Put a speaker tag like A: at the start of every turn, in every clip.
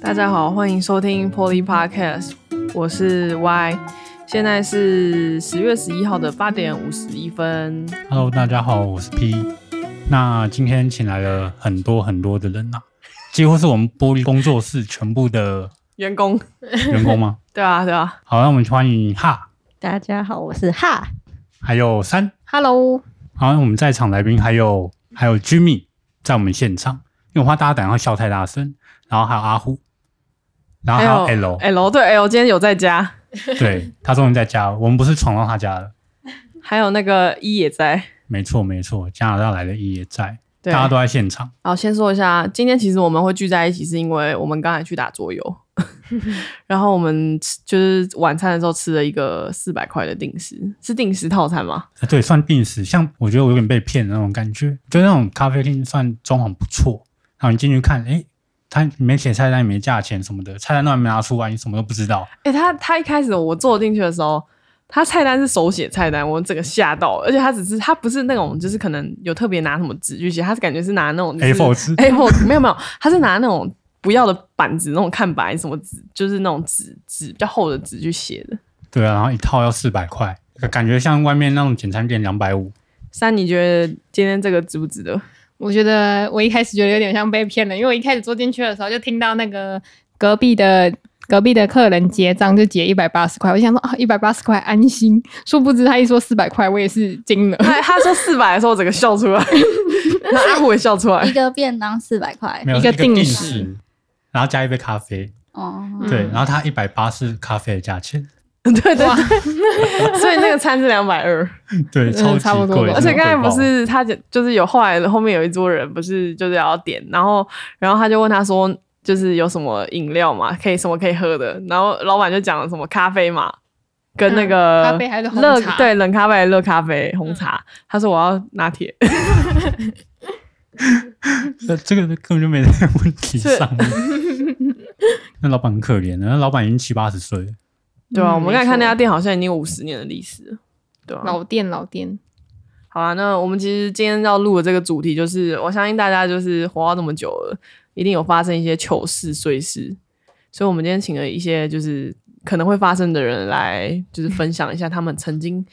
A: 大家好，欢迎收听 Polly Podcast，我是 Y，现在是十月十一号的八点五十一分。
B: Hello，大家好，我是 P。那今天请来了很多很多的人呐、啊几乎是我们玻璃工作室全部的
A: 员工，
B: 员工 吗？
A: 对啊，对啊，
B: 好，那我们欢迎哈，
C: 大家好，我是哈
B: 还有三。
C: ，Hello，
B: 好，那我们在场来宾还有还有 Jimmy 在我们现场，因为我怕大家等一下笑太大声。然后还有阿虎，然后还有啊 L，,
A: L 对 L 今天有在家，
B: 对他终于在家了，我们不是闯到他家了。
A: 还有那个一、也在。
B: 没错，没错，加拿大来的 E 也在，
A: 对，
B: 大家都在现场。
A: 好，先说一下，今天其实我们会聚在一起，是因为我们刚才去打桌 游，然后我们吃就是晚餐的时候吃了一个四百块的定时，是定时套餐吗？
B: 对，算定时。像我觉得我有点被骗的那种感觉，就那种咖啡厅算装潢不错，然后你进去看，诶，他没写菜单，也没价钱什么的，菜单都还没拿出来，你什么都不知道。
A: 哎、他他一开始我坐进去的时候，他菜单是手写菜单，我整个吓到，而且他只是他不是那种就是可能有特别拿什么纸去写，他是感觉是拿那种、就是、
B: A4 纸
A: A4 没有没有，他是拿那种不要的板子，那种看板什么纸，就是那种纸纸比较厚的纸去写的。
B: 对啊，然后一套要四百块，感觉像外面那种简餐店两百五。
A: 三，你觉得今天这个值不值得？
D: 我觉得我一开始觉得有点像被骗了，因为我一开始坐进去的时候就听到那个隔壁的隔壁的客人结账就结一百八十块，我想说啊一百八十块安心，殊不知他一说四百块，我也是惊 了。
A: 他他说四百的时候，我整个笑出来， 那阿虎也笑出来
C: 一。个便当四百块
B: 没，有
D: 一个
B: 定
D: 定
B: 时
D: 时，
B: 然后加一杯咖啡，
C: 哦，
B: 对，
D: 嗯
B: 然后它一百八是咖啡的价钱，
A: 对对对，所以那个餐是两百二，
B: 对，
D: 嗯
B: 超级
D: 差不多
B: 贵。
D: 吧
A: 而且刚才不
B: 真的贵爆
A: 是他就就是有后来后面有一桌人不是就是要点，然后然后他就问他说就是有什么饮料嘛，可以什么可以喝的，然后老板就讲了什么咖啡嘛。跟那个
D: 嗯咖啡还是红
A: 热
D: 茶嗯
A: 对冷咖啡、热咖啡、红茶，他说我要拿铁，
B: 那这个根本就没在问题
A: 是
B: 上面。那老板很可怜的，那老板已经七八十岁了。
A: 对啊，
D: 嗯
A: 我们刚才看那
D: 没错
A: 家店好像已经有五十年的历史了，对啊，
D: 老店老店，
A: 好啊，那我们其实今天要录的这个主题，就是我相信大家就是活到这么久了，一定有发生一些糗事、碎事，所以我们今天请了一些就是可能会发生的人来，就是分享一下他们曾经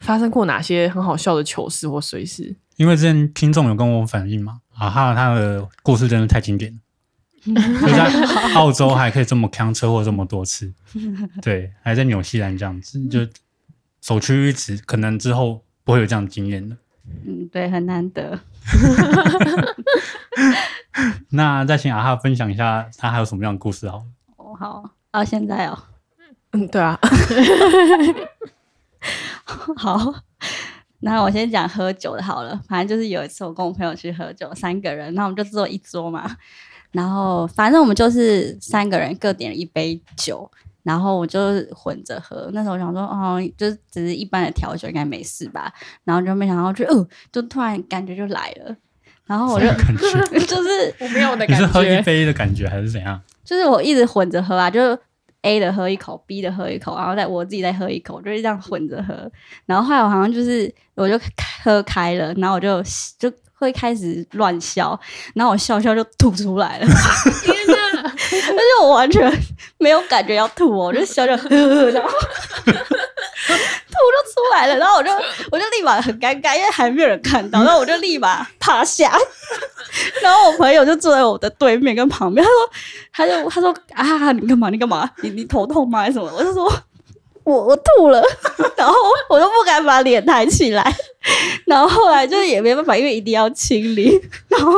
A: 发生过哪些很好笑的糗事或碎事。
B: 因为之前听众有跟我反映嘛，啊哈，他的故事真的太经 典了，就在澳洲还可以这么扛车祸这么多次，对，还在纽西兰这样子，就首屈一指，可能之后不会有这样的经验的。
C: 嗯，对，很难得。
B: 那再请阿哈分享一下他还有什么样的故事好了？
C: 哦，好，到现在哦，
A: 嗯，对啊，
C: 好。那我先讲喝酒的好了，反正就是有一次我跟我朋友去喝酒，三个人，那我们就坐一桌嘛，然后反正我们就是三个人各点了一杯酒，然后我就混着喝。那时候我想说，哦，就是只是一般的调酒，应该没事吧。然后就没想到就，哦，就突然感觉就来了，然后我就
B: 什么感觉？
C: 就是
D: 我没有的
B: 你是
D: 感
B: 喝一
D: 觉。
B: 杯的感觉还是怎样？
C: 就是我一直混着喝啊，就是 A 的喝一口，B 的喝一口，然后再我自己再喝一口，就是这样混着喝。然后后来我好像就是我就喝开了，然后我就就会开始乱笑，然后我笑笑就吐出来了， 而
D: 天哪，
C: 且我完全没有感觉要吐哦，我就笑笑 然后吐就出来了，然后我就我就立马很尴尬，因为还没有人看到，然后我就立马趴下。 然后我朋友就坐在我的对面跟旁边，他说，他就他说啊，你干嘛？你干嘛？你你头痛吗？还是什么？我就说，我我吐了， 然后我就不敢把脸抬起来，然后后来就是也没办法，因为一定要清理，然后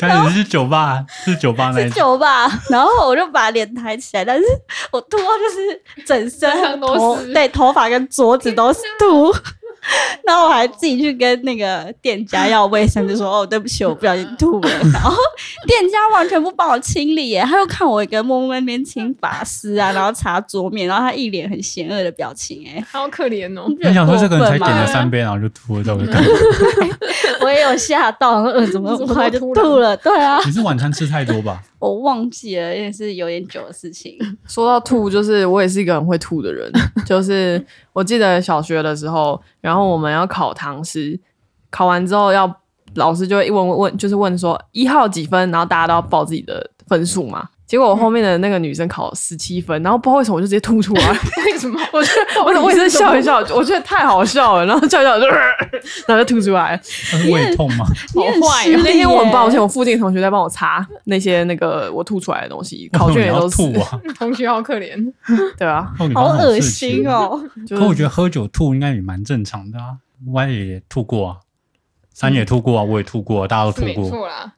B: 但是是酒吧，是酒吧那一
C: 是
B: 种，
C: 酒吧， 然后我就把脸抬起来，但是我吐到就是整
D: 身
C: 身
D: 上都
C: 头
D: 是
C: 对头发跟桌子都是吐。 然后我还自己去跟那个店家要卫生纸，就说：“哦，对不起，我不小心吐了。” 然后店家完全不帮我清理耶，他就看我一个人默默在那边清发丝啊，然后擦桌面，然后他一脸很嫌恶的表情，哎，
D: 好可怜哦！
B: 你想说这个人才点了
C: 很过分吗
B: 三杯，然后就吐了，这种感觉。
C: 我也有吓到，然后呃，怎么那么快就吐了？对啊，
B: 你是晚餐吃太多吧？
C: 我忘记了，也是有点久的事情。
A: 说到吐，就是我也是一个很会吐的 人，就是我记得小学的时候，然后我们要考唐诗，考完之后要老师就会问问问，就是问说一号几分，然后大家都要报自己的分数嘛。结果我后面的那个女生考十七分，然后不知道为什么我就直接吐出 来，
D: 为 什么？
A: 我觉得我我也是笑一笑，我觉得太好笑了，然后笑一笑就， 然后就吐出来了，
B: 那是胃痛 吗？
A: 好
C: 你很
A: 坏
C: 失
A: 哦。
C: 礼
A: 那天我很
C: 耶
A: 抱歉，我附近的同学在帮我擦那些那个我吐出来的东西，考卷
B: 为
A: 也
B: 什么
A: 都
B: 你
A: 是
B: 要吐啊！
D: 同学好可怜，
A: 对啊，
B: 哦你
C: 好
B: 发生什么
C: 恶
B: 事情
C: 心！哦！
A: 就
B: 可我
A: 是
B: 觉得喝酒吐应该也蛮正常的啊，歪也吐过啊，三也吐过啊，我也吐过啊，大家都
D: 嗯是
B: 吐
D: 没
B: 过。
D: 错 啦。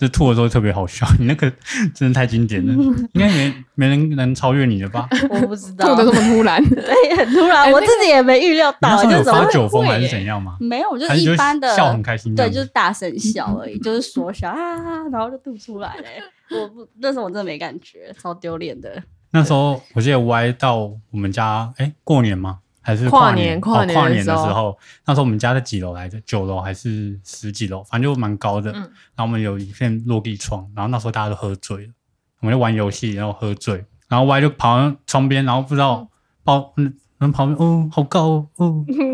B: 就吐的时候特别好笑，你那个真的太经典了，应该没没人能超越你了 吧？
C: 我不知
D: 吐
C: 道
D: 的，这么突然，
C: 对，很突
D: 哎
C: 然，我
D: 那
C: 自己也没预料
B: 你那
C: 到，
B: 时候
C: 就
B: 有
C: 怎么
B: 发
C: 会
B: 酒疯
D: 会
B: 还是
D: 耶
B: 怎样吗？
C: 没有，就
B: 还
C: 是
B: 是就
C: 一
B: 是
C: 般的
B: 笑很开心这
C: 对，
B: 样
C: 就
B: 子，
C: 是大声笑而已，就是说笑啊，然后就吐出来嘞。 我不，那时候我真的没感觉，超丢脸的。
B: 那时候我记得歪到我们家，哎、过年吗？还是
A: 跨
B: 年？
A: 年
B: 跨
A: 跨
B: 哦、
A: 年
B: 跨
A: 的
B: 年的
A: 时候
B: 时候，那时候我们家在几楼来着？九楼还是十几楼？反正就蛮高的。
D: 嗯
B: 然后我们有一片落地窗，然后那时候大家都喝醉了，我们就玩游戏，然后喝醉，然后歪就跑到窗边，然后不知道抱嗯，然后旁边哦，好高哦， 哦，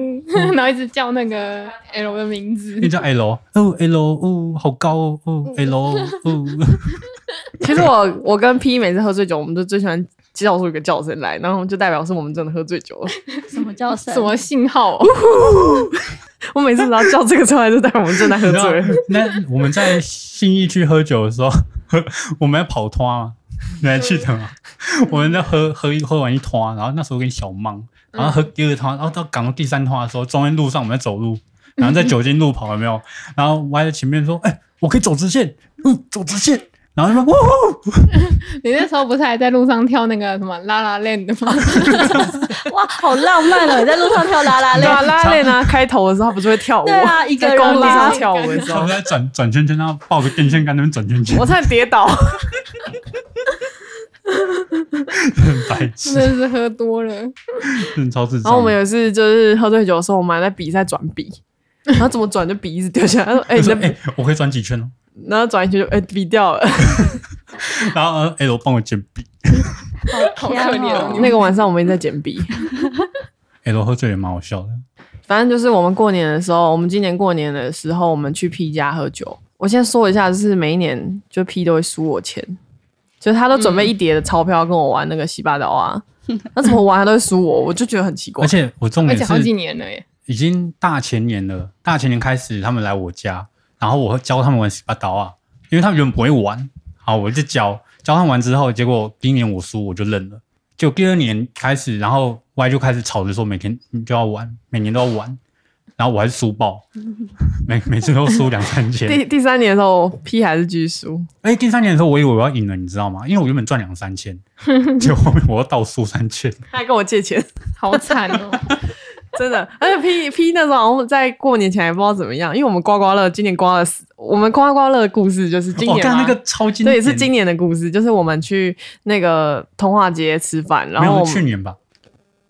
D: 然后一直叫那个 L 的名字
B: 那，叫 L 哦 L 哦，好高哦哦 L 哦哦，
A: 其实我我跟 P 每次喝醉酒，我们就最喜欢叫出一个叫声来，然后就代表是我们真的喝醉酒了。
C: 什么叫什
D: 什么信号哦？
A: 我每次只要叫这个出来，就代表我们正在喝
B: 你知道
A: 醉。
B: 那我们在信义区喝酒的时候， 我们在跑团啊，你还记得吗？我们在喝喝一喝完一团，然后那时候跟小梦，然后喝
A: 嗯
B: 第二团，然后到赶到第三团的时候，中间路上我们在走路，然后在酒精路跑有没有？然后歪在前面说：“哎、我可以走直线，嗯，走直线。”然后就说：“哇，
D: 你那时候不是还在路上跳那个什么啦啦链的 吗？
C: 哇，好浪漫哦！你在路上跳啦啦
A: 对
C: 嘞，
A: 啊，拉链呢，开头的时候他不是会跳舞？
C: 对啊一 个
A: 在
C: 人
A: 公路
C: 拉
A: 上跳舞的时
B: 他
A: 候
B: 们，在转转圈圈，然后抱个电线杆在那边转圈 圈
A: 我，差点跌倒。
B: 很白
D: 真
B: 痴，
D: 的是喝多了，
B: 真的超智障。”
A: 然后我们有一次就是喝醉酒的时候，我们还在比赛转笔，然后怎么转就笔一直掉下来。他说：“哎，
B: 我
A: 你
B: 说
A: 的
B: 哎、我可以转几圈哦。
A: 然后转一圈就哎笔掉了。
B: 然后呃 L 帮我捡笔
D: 好可怜
C: 啊
D: 哦！你
A: 那
D: 们
A: 个晚上我们一直在捡笔，
B: ，L 喝醉也蛮好笑的。
A: 反正就是我们过年的时候，我们今年过年的时候，我们去 P 家喝酒。我先说一下，就是每一年就 P 都会输我钱，就是他都准备一叠的钞票跟我玩那个洗八刀 啊，那怎么玩他都会输我，我就觉得很奇怪
B: 而。且我重
D: 而
B: 点
D: 且好几
B: 是
D: 年了耶，
B: 已经大前年了，大前年开始他们来我家，然后我会教他们玩十八刀啊，因为他们原本不会玩，好我就教教他们玩之后，结果第一年我输我就认了，就第二年开始，然后 Y 就开始吵着说每天就要玩，每年都要玩，然后我还是输爆，每每次都输两三千
A: 第。第三年的时候，P 还是继续输，
B: 哎，第三年的时候我以为我要赢了，你知道吗？因为我原本赚两三千，结果后面我要倒输三千，
A: 他还跟我借钱，
D: 好惨哦！
A: 真的。而且 P P 那时候好像在过年前还不知道怎么样，因为我们刮刮乐今年刮了四，我们刮刮乐的故事就是今
B: 哦我
A: 年、
B: 看、
A: 嘛。
B: 那个超经
A: 对，
B: 典，
A: 也是今年的故事，就是我们去那个通化街吃饭，然
B: 没
A: 后我
B: 有
A: 们
B: 去年吧，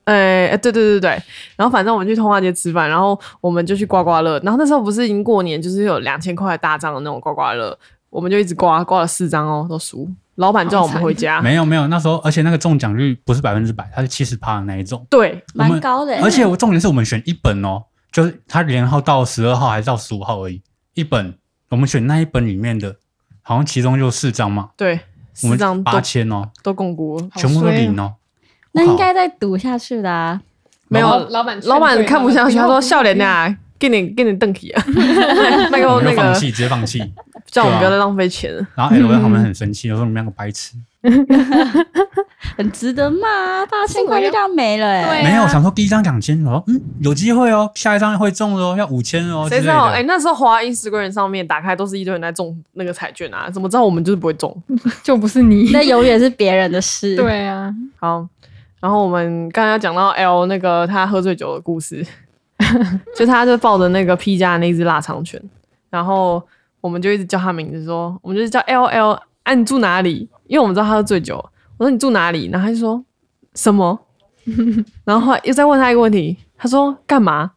A: 哎、哎对对对对，然后反正我们去通化街吃饭，然后我们就去刮刮乐，然后那时候不是已经过年，就是有两千块大张的那种刮刮乐，我们就一直刮，刮了四张哦，都输，老板叫我们回家，
B: 没有没有，那时候而且那个中奖率不是百分之百，它是七十趴的那一种。
A: 对，
B: 我
C: 蛮
B: 们
C: 高的欸，
B: 而且我重点是我们选一本哦，就是它连号到十二号还是到十五号而已，一本我们选那一本里面的，好像其中就四张嘛，
A: 对，
B: 我
A: 四
B: 们
A: 张
B: 八
A: 都
B: 千哦，
A: 都共估了，
D: 好
B: 全部都
D: 衰哦
B: 零哦。
C: 那应该再赌下去的啊。
A: 没有
D: 老老板劝
A: 老板
D: 退
A: 看不
D: 了
A: 下去，他
D: 要
A: 说笑脸呐，给你给你瞪起 啊，那
B: 我
A: 个嗯
B: 们
A: 那
B: 就放
A: 个
B: 弃，直接放弃。
A: 叫我们
B: 对啊
A: 不要再浪费钱了，
B: 然后 L 在旁边很生气，我说你们两个白痴，
C: 很值得骂啊，八千块就这样没了哎、
D: 对啊
B: 没有想说第一张两千，我说嗯有机会哦，下一张会中了哦，要五千哦之
A: 谁
B: 类
A: 知道？哎、
B: 的。
A: 那时候滑 Instagram 上面打开都是一堆人在中那个彩券啊，怎么知道我们就是不会中？
D: 就不是你，
C: 那永远是别人的事。，
D: 对啊，
A: 好，然后我们刚才讲到 L 那个他喝醉酒的故事， 就他就抱着那个 P 家的那只腊肠犬，然后我们就一直叫他名字说，我们就是叫 L L，哎、你住哪里？因为我们知道他喝醉酒，我说你住哪里？然后他就说什么？ 然后后来又再问他一个问题，他说干嘛？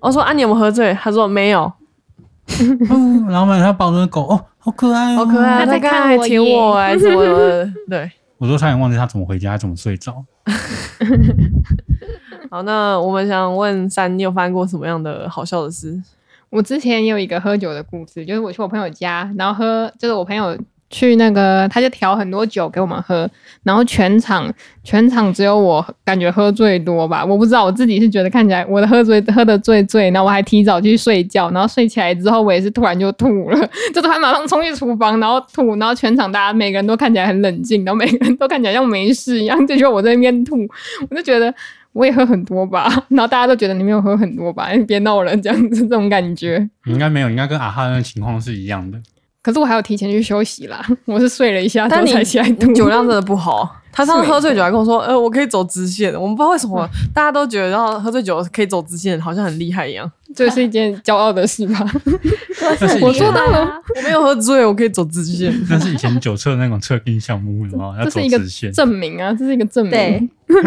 A: 我说啊，你有没有喝醉？他说没有，
B: 嗯，然后呢，他抱着狗哦，好可爱
A: 好
B: 哦，
A: 可爱，
D: 他在
A: 刚才
D: 看
A: 还
D: 我
A: 舔
D: 耶
A: 我哎、什么的， 对。
B: 我都差点忘记他怎么回家，怎么睡着。
A: 好，那我们想问三，你有发生过什么样的好笑的事？
D: 我之前也有一个喝酒的故事，就是我去我朋友家，然后喝，就是我朋友去那个，他就调很多酒给我们喝，然后全场全场只有我感觉喝最多吧，我不知道我自己是觉得看起来我的喝醉喝的最醉，然后我还提早去睡觉，然后睡起来之后我也是突然就吐了， 就突然马上冲去厨房，然后吐，然后全场大家每个人都看起来很冷静，然后每个人都看起来像没事一样，就觉得我在那边吐，我就觉得。我也喝很多吧， 然后大家都觉得你没有喝很多吧， 哎别闹了，这样子这种感觉。
B: 你应该没有，你应该跟阿啊哈那个情况是一样的。
D: 可是我还有提前去休息啦， 我是睡了一下之
A: 但
D: 后
A: 你
D: 啊才起来吐
A: 你。酒量真的不好。他上次
D: 是没
A: 喝醉酒还跟我说，呃，我可以走直线。我们不知道为什 么大家都觉得，然后喝醉酒可以走直线，好像很厉害一样。
D: 这是一件骄傲的事吧？
B: 但是
D: 我
B: 以前
D: 做到
C: 啊
D: 了，
A: 我没有喝醉，我可以走直线。
B: 那是以前酒测那种测定项目，然后要
D: 这
B: 走
D: 是一个
B: 直线，
D: 证明啊，这是一个证明。
C: 对，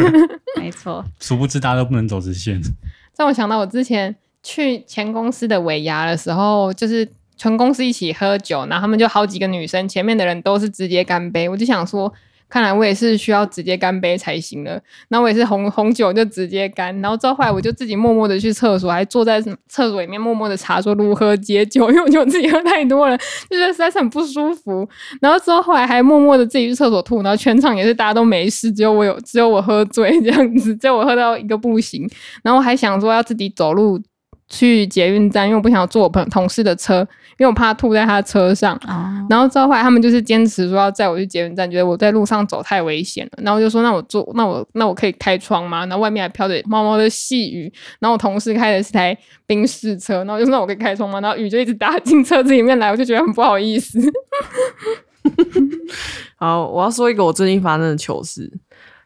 C: 没错，
B: 殊不知大家都不能走直线。
D: 让我想到我之前去前公司的尾牙的时候，就是全公司一起喝酒，然后他们就好几个女生，前面的人都是直接干杯，我就想说。看来我也是需要直接干杯才行了，然后我也是红红酒就直接干，然后之后后来我就自己默默的去厕所，还坐在厕所里面默默的查说如何解酒，因为我觉得我自己喝太多了，就觉得实在是很不舒服。然后之后后来还默默的自己去厕所吐，然后全场也是大家都没事，只有我有，只有我喝醉这样子，只有我喝到一个不行，然后我还想说要自己走路去捷运站，因为我不想坐我朋友同事的车，因为我怕吐在他的车上。
C: 哦，
D: 然后之后后来他们就是坚持说要载我去捷运站，觉得我在路上走太危险了。然后我就说那我坐，那我那我可以开窗吗？然后外面还飘着毛毛的细雨。然后我同事开的是台宾士车，然后我就说那我可以开窗吗？然后雨就一直打进车子里面来，我就觉得很不好意思。
A: 好，我要说一个我最近发生的糗事，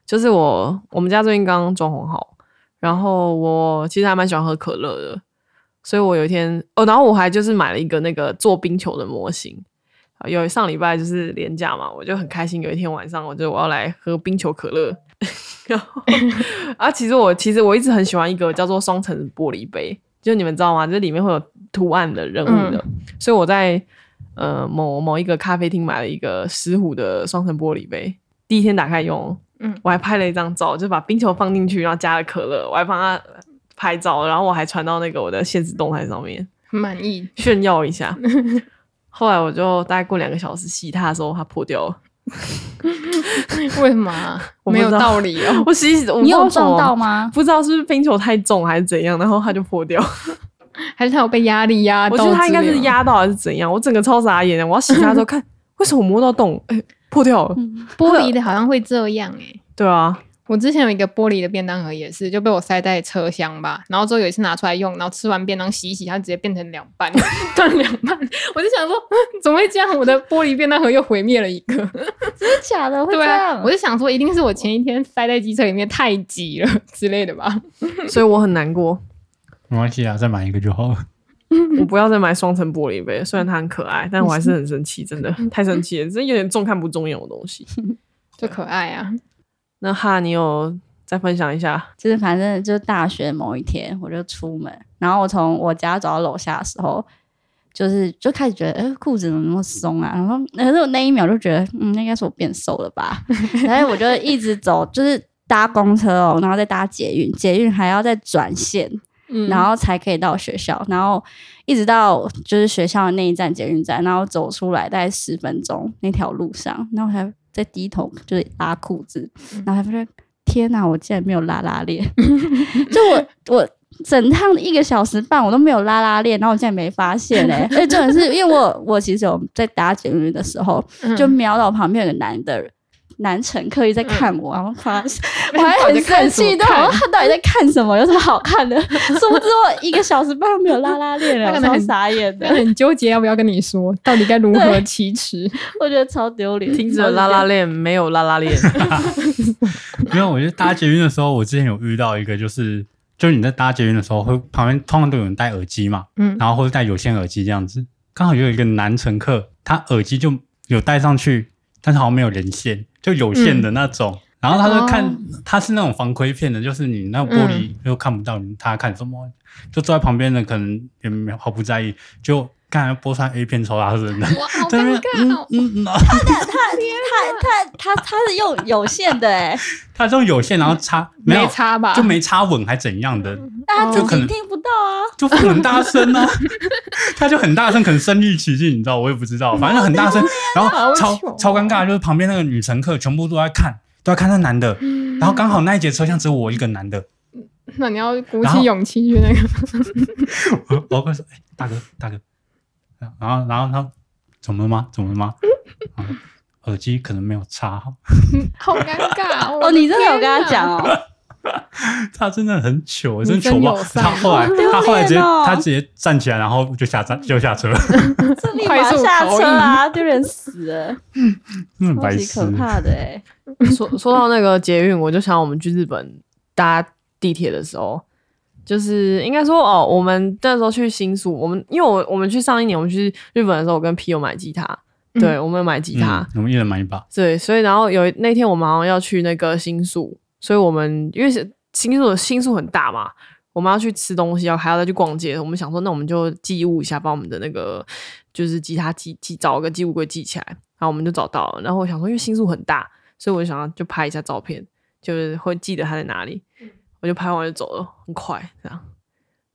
A: 就是我我们家最近刚装潢好，然后我其实还蛮喜欢喝可乐的，所以我有一天哦，然后我还就是买了一个那个做冰球的模型。啊有上礼拜就是廉假嘛，我就很开心。有一天晚上，我就我要来喝冰球可乐， 然后啊，其实我其实我一直很喜欢一个叫做双层玻璃杯，就你们知道吗？就是里面会有图案的人物的，所以我在呃某某一个咖啡厅买了一个石虎的双层玻璃杯，第一天打开用，
D: 嗯
A: 我还拍了一张照，就把冰球放进去，然后加了可乐，我还帮他拍照，然后我还传到那个我的现实动态上面
D: 很满意，
A: 炫耀一 下。后来我就大概过两个小时洗它的时候，它破掉 了。
D: 为什么啊、
A: 我不
D: 没
A: 知
D: 有
A: 道
D: 道理哦？
A: 我洗洗，我不
C: 你
A: 知道
C: 有
A: 为什么
C: 撞到？吗？
A: 不知道是不是冰球太重还是怎样，然后它就破掉。
C: 啊
D: 还是他有被压力压到
A: 我
D: 之
A: 觉
D: 类
A: 得
D: 的？
A: 它应该是压到还是怎样，我整个超傻眼的。我要洗它的时候看，为什么我摸到 洞，哎、破掉
C: 嗯
A: 了。
D: 玻璃的，好像会这样哎、
A: 对啊，
D: 我之前有一个玻璃的便当盒，也是就被我塞在车厢吧，然后之后有一次拿出来用，然后吃完便当洗一洗，它直接变成两半， 断两半。我就想说， 嗯怎么会这样？我的玻璃便当盒又毁灭了一 个。
C: 真的假的？会这
D: 对啊
C: 样？，
D: 我就想说，一定是我前一天塞在机车里面太挤了之类的 吧。
A: 所以我很难过。
B: 没关系啊，再买一个就好了。
A: 我不要再买双层玻璃杯，虽然它很可爱，但我还是很生气，真的
C: 嗯
A: 太生气了，真的有点重看不重用的东 西。
D: 就可爱啊，
A: 那哈，你有再分享一下？
C: 就是反正就是大学某一天，我就出门，然后我从我家走到楼下的时候，就是就开始觉得，哎、裤子怎么那么松啊？然后可是我那一秒就觉得，嗯，那应该是我变瘦了吧？ 然后我就一直走，就是搭公车哦，然后再搭捷运，捷运还要再转线，
D: 嗯，
C: 然后才可以到学校，然后一直到就是学校的那一站捷运站，然后走出来大概十分钟那条路上，然后我还在低头就是拉裤子，然后还发现天哪，我竟然没有拉拉链，就我我。整趟一个小时半，我都没有拉拉链，然后我竟然没发现嘞、 而且重点是因为我我其实有在搭捷运的时候，
D: 嗯
C: 就瞄到旁边有个男的男乘客一直在看我，然后 发现我还
D: 到底
C: 很
D: 在看
C: 生
D: 什么
C: 气，对，我
D: 看
C: 说他到底在看什么？有什么好看的？殊不知我一个小时半都没有拉拉链了，
D: 他
C: 我
D: 可能
C: 超
D: 很
C: 傻眼的，
D: 很纠结要不要跟你说，到底该如 何启齿？
C: 我觉得超丢脸。
A: 停止了 拉拉链，没有拉拉链，
B: 因为我觉得搭捷运的时候，我之前有遇到一个，就是就是你在搭捷运的时候，会旁边通常都有人戴耳机嘛，
D: 嗯
B: 然后或者戴有线耳机这样子。刚好有一个男乘客，他耳机就有戴上去，但是好像没有连线，就有线的那种。然后他就看，
D: 哦
B: 他是那种防窥片的，就是你那玻璃又看不到你他看什么，就坐在旁边的可能也没有毫不在意，就刚才播上 A 片抽他是真的，
D: 哇，好
C: 嗯
B: 在那
D: 尴
B: 边
D: 尬哦！
B: 嗯嗯，嗯
C: 他他他是用有限的哎、
B: 他这种有限，然后插没
D: 没
B: 有
D: 差吧？
B: 就没插稳，还怎样的，
C: 但他
D: 哦
C: 自
B: 可能
C: 己听不到啊。
B: 就放很大声啊，他就很大声，可能身临其境，你知道，我也不知道，反正很大声，然后
D: 好
B: 超
D: 糗
B: 超尴尬，就是旁边那个女乘客全部都在看，都在看那男的，然后刚好那一节车厢只有我一个男的，
D: 那你要鼓
B: 然
D: 起
B: 后
D: 勇气去那个。
B: 我我跟说，哎、大哥大哥，然后然后他怎么了吗？怎么了吗？然后耳机可能没有插好，
D: 好尴尬
C: 哦，你真的有跟他讲？
D: 我的天哪
C: 哦？
B: 他真的很糗，真
D: 你
B: 的
D: 真
B: 糗爆
D: 友！善
B: 他后来
C: 好丢
B: 他后来直接
C: 脸哦
B: 他直接站起来，然后就下站就下车，
C: 这立
D: 快
C: 马
D: 速
C: 下
D: 逃
C: 车啊，丢人 死了，
B: 真的
C: 超
B: 白
C: 级
B: 痴。
C: 可怕的 哎、
A: 说说到那个捷运，我就想我们去日本搭地铁的时候，就是应该说哦，我们那时候去新宿，我们因为我我们去上一年我们去日本的时候，我跟 P 友买吉他，
D: 嗯
A: 对我们有买吉他，
B: 嗯，我们一人买一把。
A: 对，所以然后有一那天我们好像要去那个新宿，所以我们因为是新宿的新宿很大嘛，我们要去吃东西，要还要再去逛街，我们想说那我们就寄物一下，把我们的那个就是吉他寄寄找个寄物柜寄起来，然后我们就找到了。然后我想说，因为新宿很大，所以我就想要就拍一下照片，就是会记得它在哪里。我就拍完就走了，很快这样。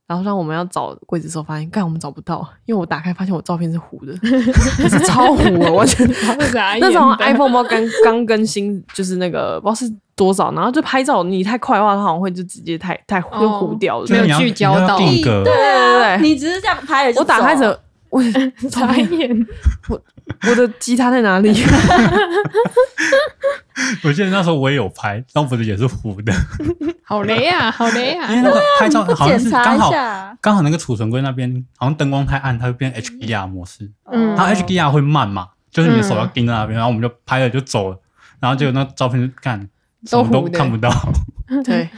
A: 然后当我们要找柜子的时候，发现干我们找不到，因为我打开发现我照片是糊的， 是超糊啊，完全
D: 傻眼
A: 那种
D: 的
A: iPhone 猫刚刚更新，就是那个不知道是多少，然后就拍照你太快的话，它好像会就直接太太
D: 哦
A: 就糊掉了。
B: 就是
D: 没有
B: 你要
D: 聚焦到
B: 你要定格，
A: 对对对
D: 哎
A: 对
C: 你只是这样拍了就
A: 我打开
C: 走
A: 着，我
D: 傻眼，
A: 我的吉他在哪里？
B: 我记得那时候我也有拍，但我的也是糊的，
D: 好雷啊，好雷
B: 因为
D: 啊！
B: 那个拍照
C: 不
B: 好像
C: 检
B: 是
C: 查
B: 刚
C: 一
B: 好
C: 下？
B: 刚好那个储存柜那边好像灯光太暗，它会变 HDR 模式，
C: 哦
D: 嗯
B: 它
D: 好
B: HDR 会慢嘛，就是你的手要盯在那边，然后我们就拍了就走了，然后结果那照片就干什
D: 都
B: 么都
D: 糊的
B: 看不到，
A: 对，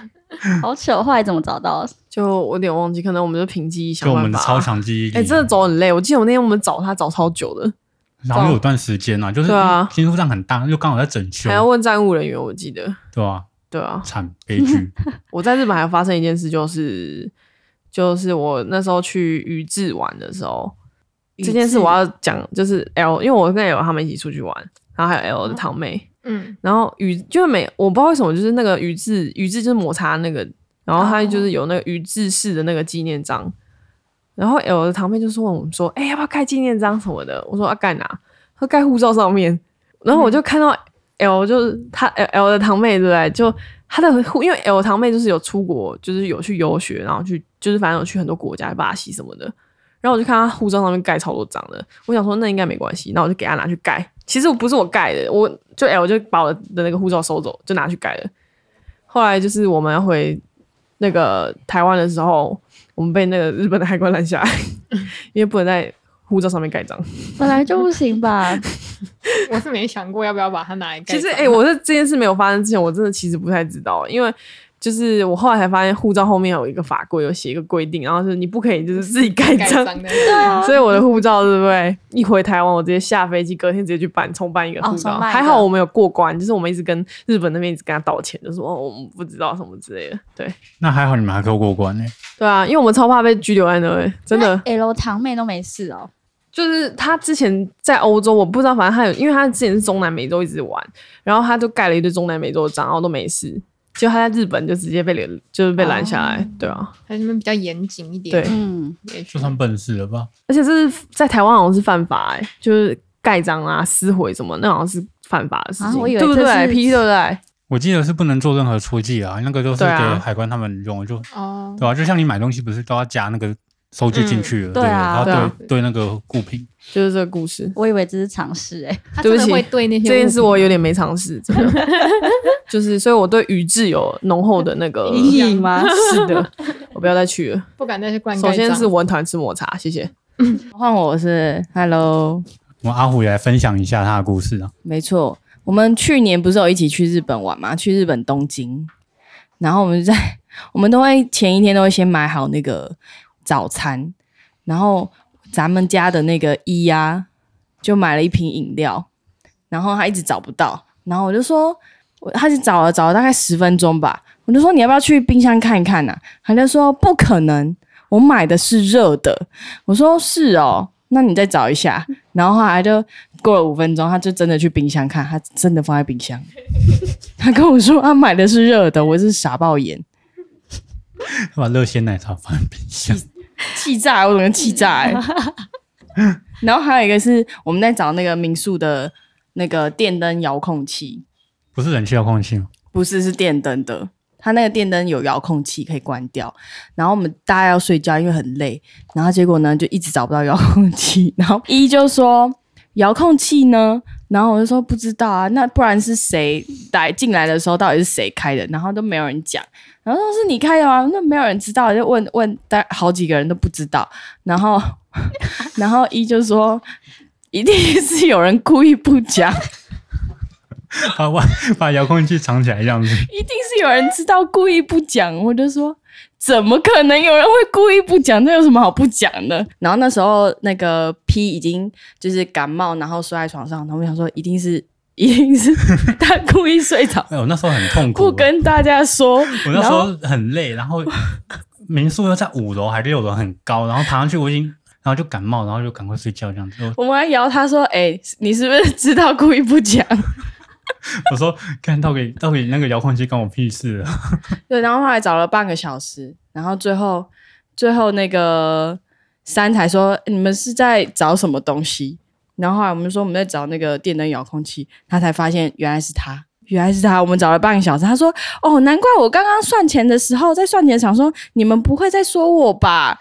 C: 好糗，后来怎么找到？
A: 就我有点忘记，可能我们就凭记忆想
B: 就我们
A: 办
B: 的
A: 法。
B: 超强记忆力。
A: 哎、真的走很累。我记得我那天我们找他找超久的，
B: 然后有段时间啊，就是
A: 对啊
B: 新宿站很大，就刚好在整修
A: 还，要问站务人员，我记得。
B: 对吧？
A: 对啊，
B: 惨悲剧，
A: 我在日本还发生一件事，就是就是我那时候去宇治玩的时候，
C: 宇
A: 这件事
C: 治
A: 我要讲，就是 L，因为我跟 L 他们一起出去玩，然后还有 L 的堂妹，
D: 嗯，
A: 然后宇就是每我不知道为什么，就是那个宇治宇治就是摩擦那个，然后他就是有那个宇治市的那个纪念章，然后 L 的堂妹就说我们说，哎、要不要盖纪念章什么的？我说要盖哪？他说盖护照上面，然后我就看到 L 就是他 L L 的堂妹对不对？就他的护，因为 L 堂妹就是有出国，就是有去游学，然后去就是反正有去很多国家，巴西什么的。然后我就看他护照上面盖超多张的，我想说那应该没关系，那我就给他拿去盖。其实我不是我盖的，我就 L 就把我的那个护照收走，就拿去盖了。后来就是我们要回那个台湾的时候，我们被那个日本的海关拦下来， 因为不能在护照上面盖章。
C: 本来就不行 吧？
D: 我是没想过要不要把它拿来盖
A: 其
D: 章。
A: 实，哎、我在这件事没有发生之前，我真的其实不太知道，因为就是我后来才发现，护照后面有一个法规，有写一个规定，然后是你不可以就是自己盖
D: 盖
A: 章。
D: 章的，
A: 所以我的护照对不对？一回台湾，我直接下飞机，隔天直接去办重办一个护照。
C: 哦重办一个
A: 还好我们有过关，就是我们一直跟日本那边一直跟他道歉，就说哦我们不知道什么之类的。对
B: 那还好你们还可以过关呢。
A: 对啊，因为我们超怕被拘留在那里，真的。
C: 那 L 堂妹都没事哦，
A: 就是他之前在欧洲，我不知道，反正他有，因为他之前是中南美洲一直玩，然后他就盖了一堆中南美洲的章，然后都没事。结果他在日本就直接被拦，就是被拦下来，
C: 哦
A: 对啊，
D: 还是你们比较严谨一点。
A: 对
C: 嗯，
D: 也许
B: 就算笨事了吧？
A: 而且这是在台湾好像是犯法、欸，就是盖章啊、撕毁什么，那好像是犯法的事
C: 啊
A: 情，
C: 我以为
A: 对不
C: 这
A: 对
C: 是
A: ？P 对不对？
B: 我记得是不能做任何戳记啊，那个就是
A: 对啊
B: 给海关他们用，就
D: 哦，
B: 对啊，就像你买东西不是都要加那个收据进去了，对
C: 嗯
B: 不
C: 对啊
B: 然
A: 对
B: 后
A: 啊
B: 对对那个物品，
A: 就是这个故事。
C: 我以为这是常识哎。
D: 他真
A: 对
D: 的
A: 不起
D: 会对那些
A: 这件事我
D: 有
A: 有点没尝试，真的，就是所以我对宇治有浓厚的那个
C: 阴影吗
A: 是的，我不要再去了。
D: 不敢再去灌溉。
A: 首先是我很讨厌吃抹茶，谢谢。
E: 换我是 Hello，
B: 我们阿虎也来分享一下他的故事啊。
E: 没错，我们去年不是有一起去日本玩嘛？去日本东京，然后我们就在 我们都会前一天都会先买好那个早餐，然后咱们家的那个一呀、就买了一瓶饮料，然后他一直找不到，然后我就说，我他就找了找了大概十分钟吧，我就说你要不要去冰箱看一看呐、啊他就说不可能，我买的是热的。我说是哦，那你再找一下。然后后来就过了五分钟，他就真的去冰箱看，他真的放在冰箱。 他跟我说他买的是热的，我是傻爆眼，
B: 把热鲜奶茶放在冰箱，
E: 气炸，我整个气炸、欸。然后还有一个是我们在找那个民宿的那个电灯遥控器，
B: 不是冷气遥控器吗？
E: 不是是电灯的，它那个电灯有遥控器可以关掉。然后我们大家要睡觉，因为很累。然后结果呢，就一直找不到遥控器。然后一就说遥控器呢，然后我就说不知道啊，那不然是谁来进来的时候到底是谁开的？然后都没有人讲。然后说是你开的吗？那没有人知道，就问问大好几个人都不知道。然后 然后一就说一定是有人故意不讲。
B: 把把把遥控器藏起来这样子，
E: 一定是有人知道故意不讲，我就说怎么可能有人会故意不讲？这有什么好不讲的？然后那时候那个 P 已经就是感冒，然后睡在床上，然后我想说一定是一定是他故意睡着，
B: 哎，我那时候很痛苦，
E: 不跟大家说。
B: 我那时候很累，然后民宿又在五楼还六楼很高，然后爬上去我已经，然后就感冒，然后就赶快睡觉这样子。我
E: 我们还摇他说：“哎、你是不是知道故意不讲
B: 我说看到底到底那个遥控器关我屁事啊！？”
E: 对，然后后来找了半个小时，然后最后最后那个三才说：“你们是在找什么东西？”然后后来我们说我们在找那个电灯遥控器，他才发现原来是他，原来是他。我们找了半个小时，他说：“哦，难怪我刚刚算钱的时候，在算钱想说你们不会在说我吧？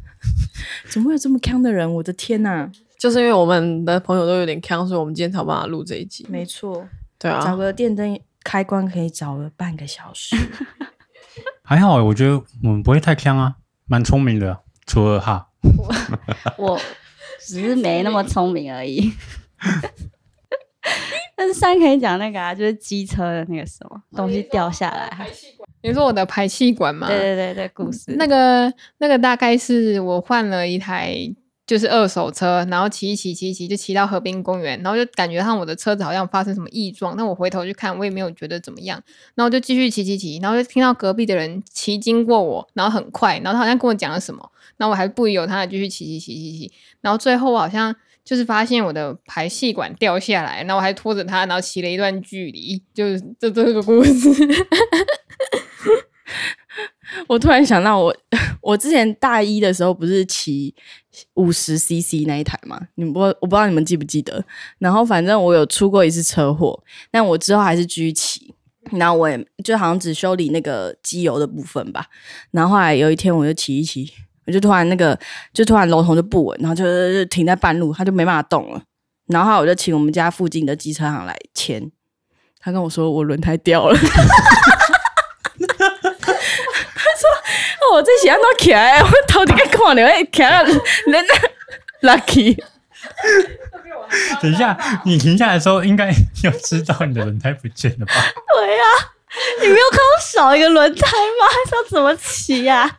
E: 怎么会有这么坑的人？我的天呐、
A: 就是因为我们的朋友都有点坑，所以我们今天才有办法录这一集。
E: 没错，
A: 对
E: 找
A: 啊，
E: 个电灯开关可以找了半个小时。
B: 还好，我觉得我们不会太呛啊，蛮聪明的，除了哈。
C: 我只是没那么聪明而已。 但是三可以讲那个啊，就是机车的那个什么东西掉下来，
D: 你说我的排气管吗？
C: 对对对对，故事
D: 嗯那个那个大概是我换了一台就是二手车，然后骑一骑骑一骑就骑到河滨公园，然后就感觉上我的车子好像发生什么异状，但我回头去看，我也没有觉得怎么样，然后我就继续骑骑骑，然后就听到隔壁的人骑经过我，然后很快，然后他好像跟我讲了什么，然后我还不疑有他的继续骑骑骑骑骑，然后最后我好像。就是发现我的排气管掉下来，然后我还拖着它，然后骑了一段距离，就是这这个故事。
E: 我突然想到我， 我之前大一的时候不是骑五十 CC 那一台嘛？你们不我不知道你们记不记得？然后反正我有出过一次车祸，但我之后还是继续骑。然后我也就好像只修理那个机油的部分吧。然后后来有一天，我就骑一骑，我就突然那个就突然楼头就不稳，然后就就停在半路，他就没办法动了。然后后来我就请我们家附近的机车行来签，他跟我说我轮胎掉了。哦，这是安怎起来的？我头顶个看了，哎，起来了，人 lucky，
B: 等一下，你停下来的时候应该 要知道你的轮胎不见了吧？
C: 对啊，你没有看我少一个轮胎吗？ 要怎么骑啊呀、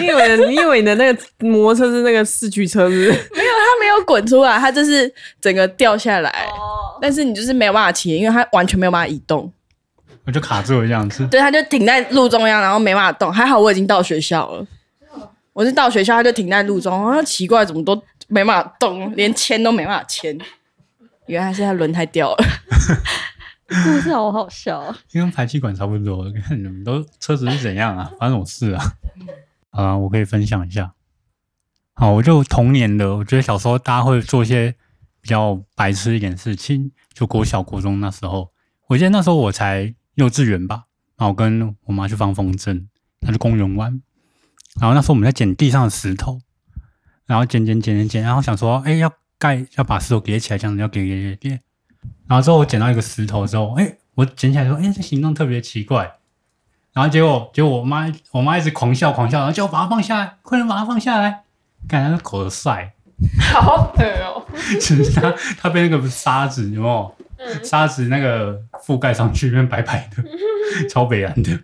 A: 你以为你以为你的那个摩托车是那个四驱车是不是？
E: 没有，他没有滚出来，他就是整个掉下来，
C: 哦，
E: 但是你就是没有办法骑，因为他完全没有办法移动，
B: 我就卡住了这样子。
E: 对，他就停在路中央，然后没办法动。还好我已经到学校了，我是到学校，他就停在路中，然后奇怪，怎么都没办法动，连牵都没办法牵。原来是他轮胎掉了，
C: 故事好好笑、哦。
B: 跟排气管差不多。看你们都车子是怎样啊？发生什么事啊？啊、我可以分享一下。好，我就童年的，我觉得小时候大家会做一些比较白痴一点的事情，就国小、国中那时候，我记得那时候我才幼稚园吧，然后我跟我妈去放风筝，她去公园玩，然后那时候我们在捡地上的石头，然后捡捡捡捡捡，然后想说，哎，要盖要把石头叠起来，这样子要叠叠叠叠，然后之后我捡到一个石头之后，哎、我捡起来说，哎、这形状特别奇怪。然后结果，结果我妈我妈一直狂笑狂笑，然后叫我把它放下来，快点把它放下来。感觉狗的晒，
D: 好恶哦、
B: 就是它它被那个沙子有没
D: 嗯
B: 有沙子那个覆盖上去，变白白的， 超北蓝的。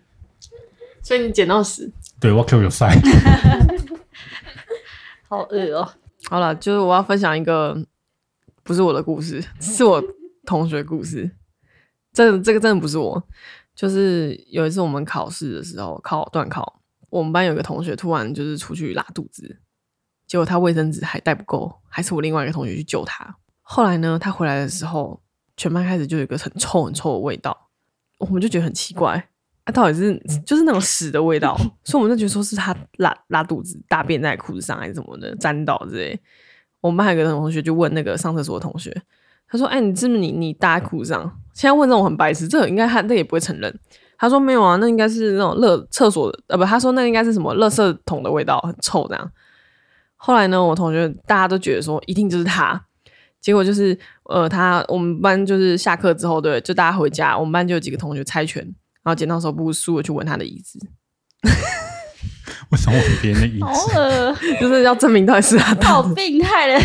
A: 所以你捡到屎。
B: 对我 Q 有晒，
C: 好恶哦、
A: 好了，就是我要分享一个不是我的故事， 是我同学故事。这这个真的不是我，就是有一次我们考试的时候考段考，我们班有一个同学突然就是出去拉肚子，结果他卫生纸还带不够，还是我另外一个同学去救他。后来呢，他回来的时候，全班开始就有一个很臭很臭的味道，我们就觉得很奇怪，啊，到底是就是那种屎的味道，所以我们就觉得说是他拉拉肚子、大便在裤子上还是怎么的，沾到之类。我们班还有一个同学就问那个上厕所的同学，他说：“哎，你知不知你你搭裤子上？”现在问这种很白痴，这种应该他那也不会承认。他说没有啊，那应该是那种垃厕所的，呃不，他说那应该是什么垃圾桶的味道，很臭这样。后来呢，我同学大家都觉得说一定就是他，结果就是呃他我们班就是下课之后对，就大家回家，我们班就有几个同学猜拳，然后剪刀手不输了去闻他的椅子，
B: 为什么我别人的椅
C: 好
D: 哦
B: 子？
C: 恶，
A: 就是要证明到底是他
C: 好
A: 打的。
C: 病态的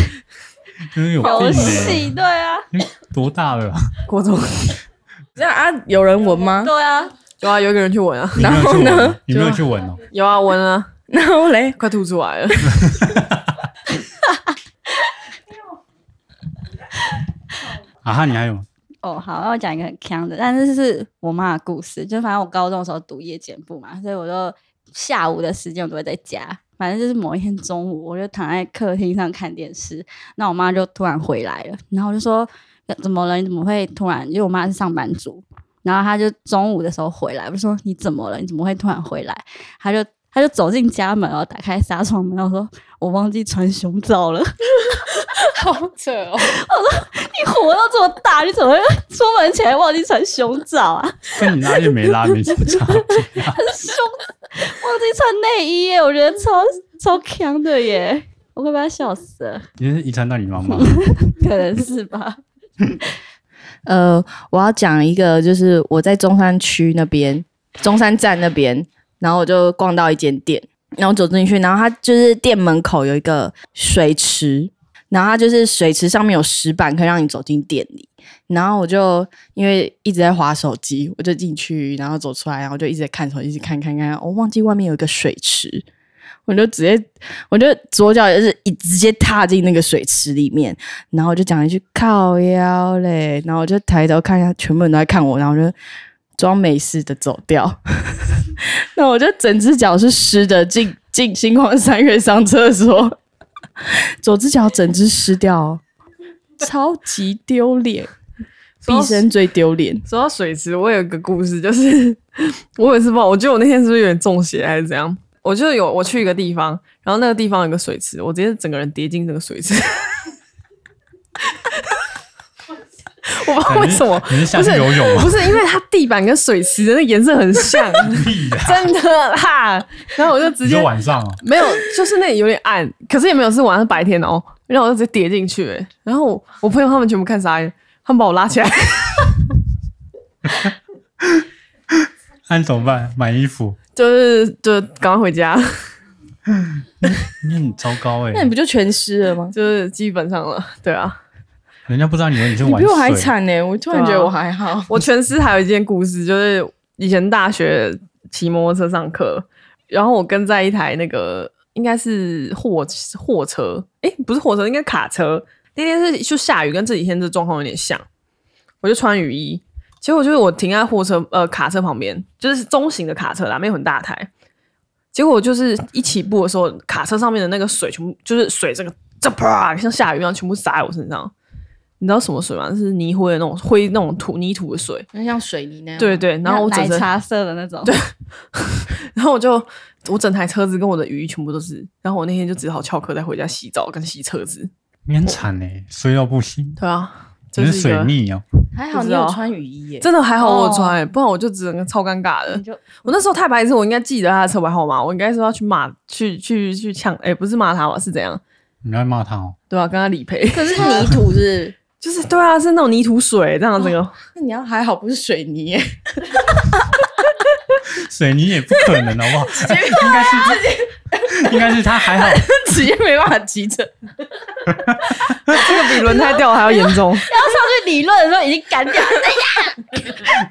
B: 真的有病
C: 游戏，
B: 欸
C: 对啊，
B: 你多大了啊？
A: 国中
E: 那啊，有人闻吗？
C: 对啊，
A: 有啊，有一个人去闻啊，
B: 你没有去
E: 然后
B: 闻
E: 呢
B: 哦？你没有去闻哦？
A: 有啊闻啊，
E: 然后嘞，
A: 快吐出 来了。
B: 啊哈，你还有吗？
C: 哦，好，那我讲一个很强的，但是是我妈的故事。就反正我高中的时候读夜间部嘛，所以我就下午的时间我都会在家。反正就是某一天中午，我就躺在客厅上看电视，那我妈就突然回来了，然后我就说呃怎么了？你怎么会突然？因为我妈是上班族，然后她就中午的时候回来，我就说你怎么了？你怎么会突然回来？她就她就走进家门，然后打开纱窗门，然后说我忘记穿胸罩了。
D: 好扯哦！
C: 你活到这么大，你怎么会出门前忘记穿胸罩啊？
B: 跟你拉链没拉没什么差别。
C: 胸， 忘记穿内衣耶，我觉得超超强的耶，我快把他笑死了，
B: 你是遗传到你妈妈，
C: 可能是吧。
E: 呃，我要讲一个，就是我在中山区那边，中山站那边，然后我就逛到一间店，然后走进去，然后它就是店门口有一个水池，然后它就是水池上面有石板可以让你走进店里，然后我就因为一直在划手机，我就进去，然后走出来，然后就一直在看手机，一直看看看，我、忘记外面有一个水池。我就直接，我就左脚也是一直接踏进那个水池里面，然后我就讲一句靠腰嘞，然后我就抬头看一下，全部人都在看我，然后我就装没事的走掉。 那我就整只脚是湿的，进进星光三月上厕所， 左只脚整只湿掉哦，超级丢脸，
A: 说
E: 毕
A: 到
E: 生最丢脸。
A: 说到水池，我有一个故事，就是 我有一次不知道，我觉得我那天是不是有点中邪还是怎样？我就有我去一个地方，然后那个地方有个水池，我直接整个人跌进那个水池。 我不知道为什么，
B: 你是下去游泳吗
A: 不？是因为它地板跟水池的那个颜色很 像，
B: 屁的，
A: 真的啦。然后我就直
B: 你
A: 接
B: 说晚上啊，
A: 没有，就是那里有点暗，可是也没有是晚上白天哦。然后我就直接跌进去、欸，然后我我朋友他们全部看傻眼，他们把我拉起来。
B: 那你怎么办？买衣服？
A: 就是就赶快回家，
B: 你很糟糕哎、
E: 那你不就全湿了吗？
A: 就是基本上了。对啊，
B: 人家不知道你以为你是
E: 你
B: 玩
E: 比我还
B: 水，
E: 惨呢、我突然觉得我还好。
A: 我全师还有一件故事，就是以前大学骑摩托车上课，然后我跟在一台那个应该是货货车，诶、不是货车，应该卡车。那天是就下雨，跟这几天这状况有点像，我就穿雨衣，结果就是我停在货车呃卡车旁边，就是中型的卡车啦，没有很大台。结果我就是一起步的时候，卡车上面的那个水全部就是水，这个这啪像下雨一样，全部洒在我身上。你知道什么水吗？是泥灰的那种灰那种土泥土的水。
E: 那啊像水泥那样，
A: 对对，然后我整
C: 奶
A: 身，
C: 茶色的那种，对，
A: 然后我就我整台车子跟我的雨衣全部都是。然后我那天就只好翘课再回家洗澡跟洗车子。
B: 你很惨哎、衰到不行，
A: 对啊，
B: 你
A: 这
B: 是
A: 是一
B: 水
A: 个
B: 逆哦、
E: 还好你有穿雨衣耶、
A: 真的还好我有
C: 哦
A: 穿、欸，不然我就只能超尴尬的
C: 你。就
A: 我那时候太白痴，我应该记得他的车牌号码，我应该说要去骂去去去呛，哎、不是骂他吧，是怎样？
B: 你要骂他哦、
A: 对啊，跟他理赔，
E: 可是泥土是，
A: 就是对啊，是那种泥土水这样整个。
E: 那你要还好不是水泥耶、
B: 水泥也不可能好不好？哎应该是应该是他还好，
E: 直接没办法骑车。
A: 这个比轮胎掉还要严重。
C: 要上去理论的时候已经干掉，哎呀，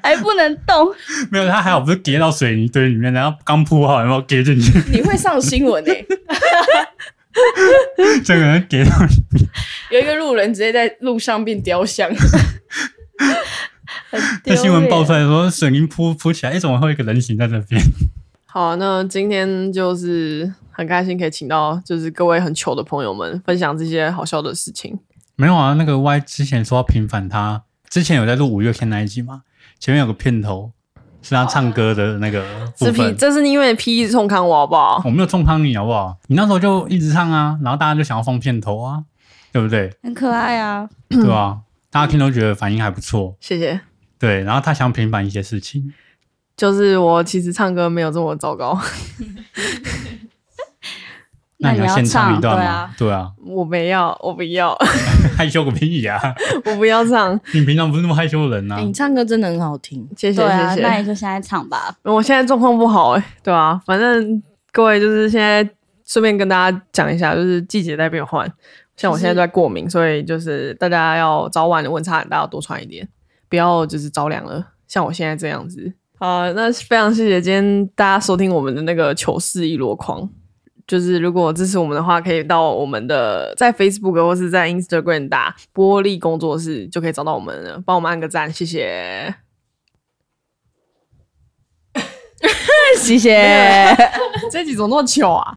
C: 还不能动，
B: 没有他还好，不是跌到水泥堆里面，然后刚铺好，然后跌进去，
E: 你会上新闻诶、欸
B: 整个人跌到
E: 有一个路人直接在路上变雕像，
C: 很丢
B: 那
C: 脸
B: 新闻爆出来说水泥铺铺起来，哎、怎么会有一个人形在那边？
A: 好啊、那今天就是很开心可以请到就是各位很糗的朋友们分享这些好笑的事情。
B: 没有啊，那个 Y 之前说要平反他，之前有在录五月天那一集嘛，前面有个片头是他唱歌的那个部
A: 这批
B: 分。
A: 这是因为批一直冲康我好不好？
B: 我没有冲康你好不好？你那时候就一直唱啊，然后大家就想要放片头啊，对不 对？
C: 很可爱啊。
B: 对吧、啊？大家听都觉得反应还不错，
A: 谢谢。
B: 对。然后他想平反一些事情，
A: 就是我其实唱歌没有这么糟糕，
B: 那
C: 你
B: 你
C: 要
B: 先唱一段
C: 对
B: 吗
C: 啊，？
B: 对啊，
A: 我没要，我不要，
B: 害羞个屁呀、
A: 我不要唱。
B: 你平常不是那么害羞的人啊呐、
E: 哎你唱歌真的很好听，
A: 谢谢、
C: 对啊，
A: 谢
C: 那
A: 谢
C: 你。就现在唱吧。
A: 我现在状况不好哎、对啊，反正各位就是现在顺便跟大家讲一下，就是季节在变换，像我现在都在过敏，所以就是大家要早晚的温差很大，要多穿一点，不要就是着凉了，像我现在这样子。好，那非常谢谢今天大家收听我们的那个糗事一箩筐。就是如果支持我们的话，可以到我们的在 Facebook 或是在 Instagram 打“玻璃工作室”就可以找到我们了，帮我们按个赞，谢谢。
E: 谢谢。
A: 这几种那么糗啊？